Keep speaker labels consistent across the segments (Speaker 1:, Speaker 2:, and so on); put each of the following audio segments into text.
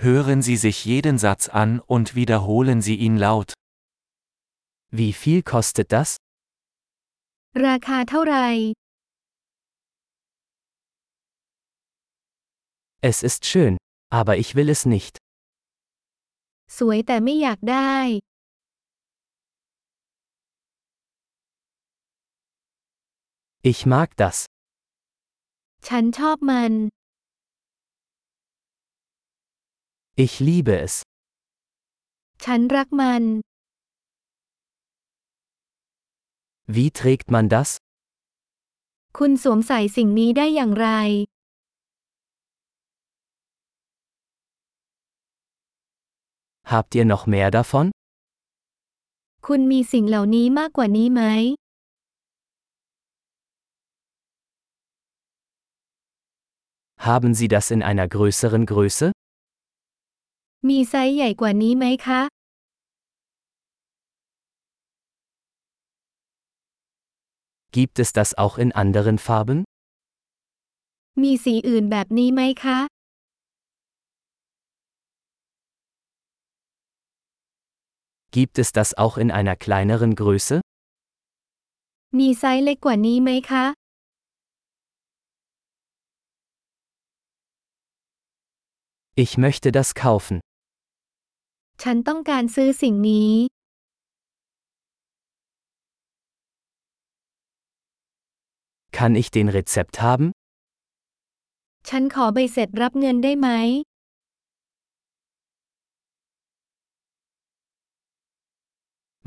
Speaker 1: Hören Sie sich jeden Satz an und wiederholen Sie ihn laut.
Speaker 2: Wie viel kostet das?
Speaker 3: ราคาเท่าไหร่
Speaker 2: Es ist schön, aber ich will es nicht.
Speaker 3: สวยแต่ไม่อยากได้
Speaker 2: Ich mag das.
Speaker 3: ฉันชอบมัน
Speaker 2: Ich liebe es.
Speaker 3: ฉันรักมัน
Speaker 2: Wie trägt man das?
Speaker 3: คุณสวมใส่สิ่งนี้ได้อย่างไร
Speaker 2: Habt ihr noch mehr davon?
Speaker 3: คุณมีสิ่งเหล่านี้มากกว่านี้ไหม
Speaker 2: Haben Sie das in einer größeren Größe?
Speaker 3: มีไซส์ใหญ่กว่านี้ไหมคะ
Speaker 2: Gibt es das auch in anderen Farben?
Speaker 3: มีสีอื่นแบบนี้ไหมคะ
Speaker 2: Gibt es das auch in einer kleineren Größe?
Speaker 3: มีไซส์เล็กกว่านี้ไหมคะ
Speaker 2: Ich möchte das kaufen.
Speaker 3: ฉันต้องการซื้อสิ่งนี้
Speaker 2: Kann ich den Rezept haben?
Speaker 3: ฉันขอใบเสร็จรับเงินได้ไหม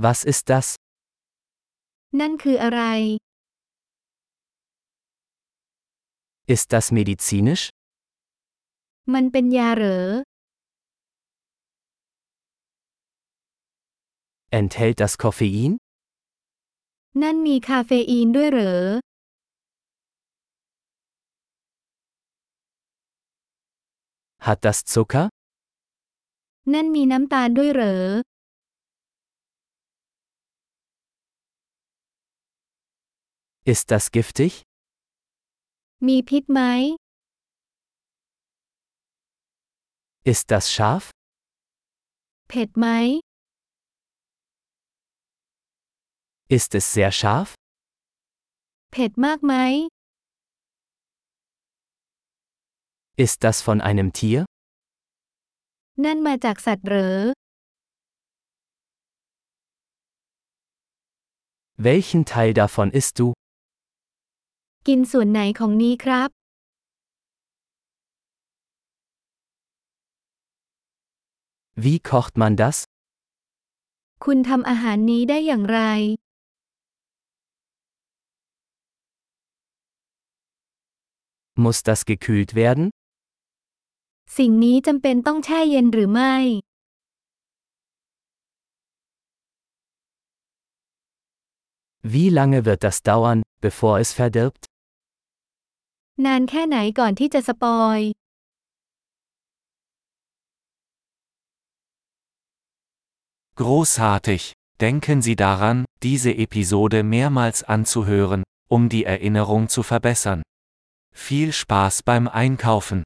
Speaker 2: Was ist das?
Speaker 3: นั่นคืออะไร
Speaker 2: Ist das medizinisch?
Speaker 3: มันเป็นยาเหรอ
Speaker 2: Enthält das Koffein?
Speaker 3: นั่นมีคาเฟอีนด้วยเหรอ
Speaker 2: Hat das Zucker?
Speaker 3: นั่นมีน้ำตาลด้วยเหรอ
Speaker 2: Ist das giftig?
Speaker 3: มีพิษไหม
Speaker 2: Ist das scharf?
Speaker 3: เผ็ดไหม
Speaker 2: Ist es sehr scharf?
Speaker 3: เผ็ดมากไหม
Speaker 2: Ist das von einem Tier?
Speaker 3: นั่นมาจากสัตว์เหรอ
Speaker 2: Welchen Teil davon isst du?
Speaker 3: กินส่วนไหนของนี้ครับ
Speaker 2: Wie kocht man das?
Speaker 3: คุณทำอาหารนี้ได้อย่างไร
Speaker 2: Muss das gekühlt werden?
Speaker 3: สิ่งนี้จำเป็นต้องแช่เย็นหรือไม่
Speaker 2: Wie lange wird das dauern, bevor es verdirbt?
Speaker 3: นานแค่ไหนก่อนที่จะสปอย
Speaker 1: Großartig! Denken Sie daran, diese Episode mehrmals anzuhören, um die Erinnerung zu verbessern. Viel Spaß beim Einkaufen!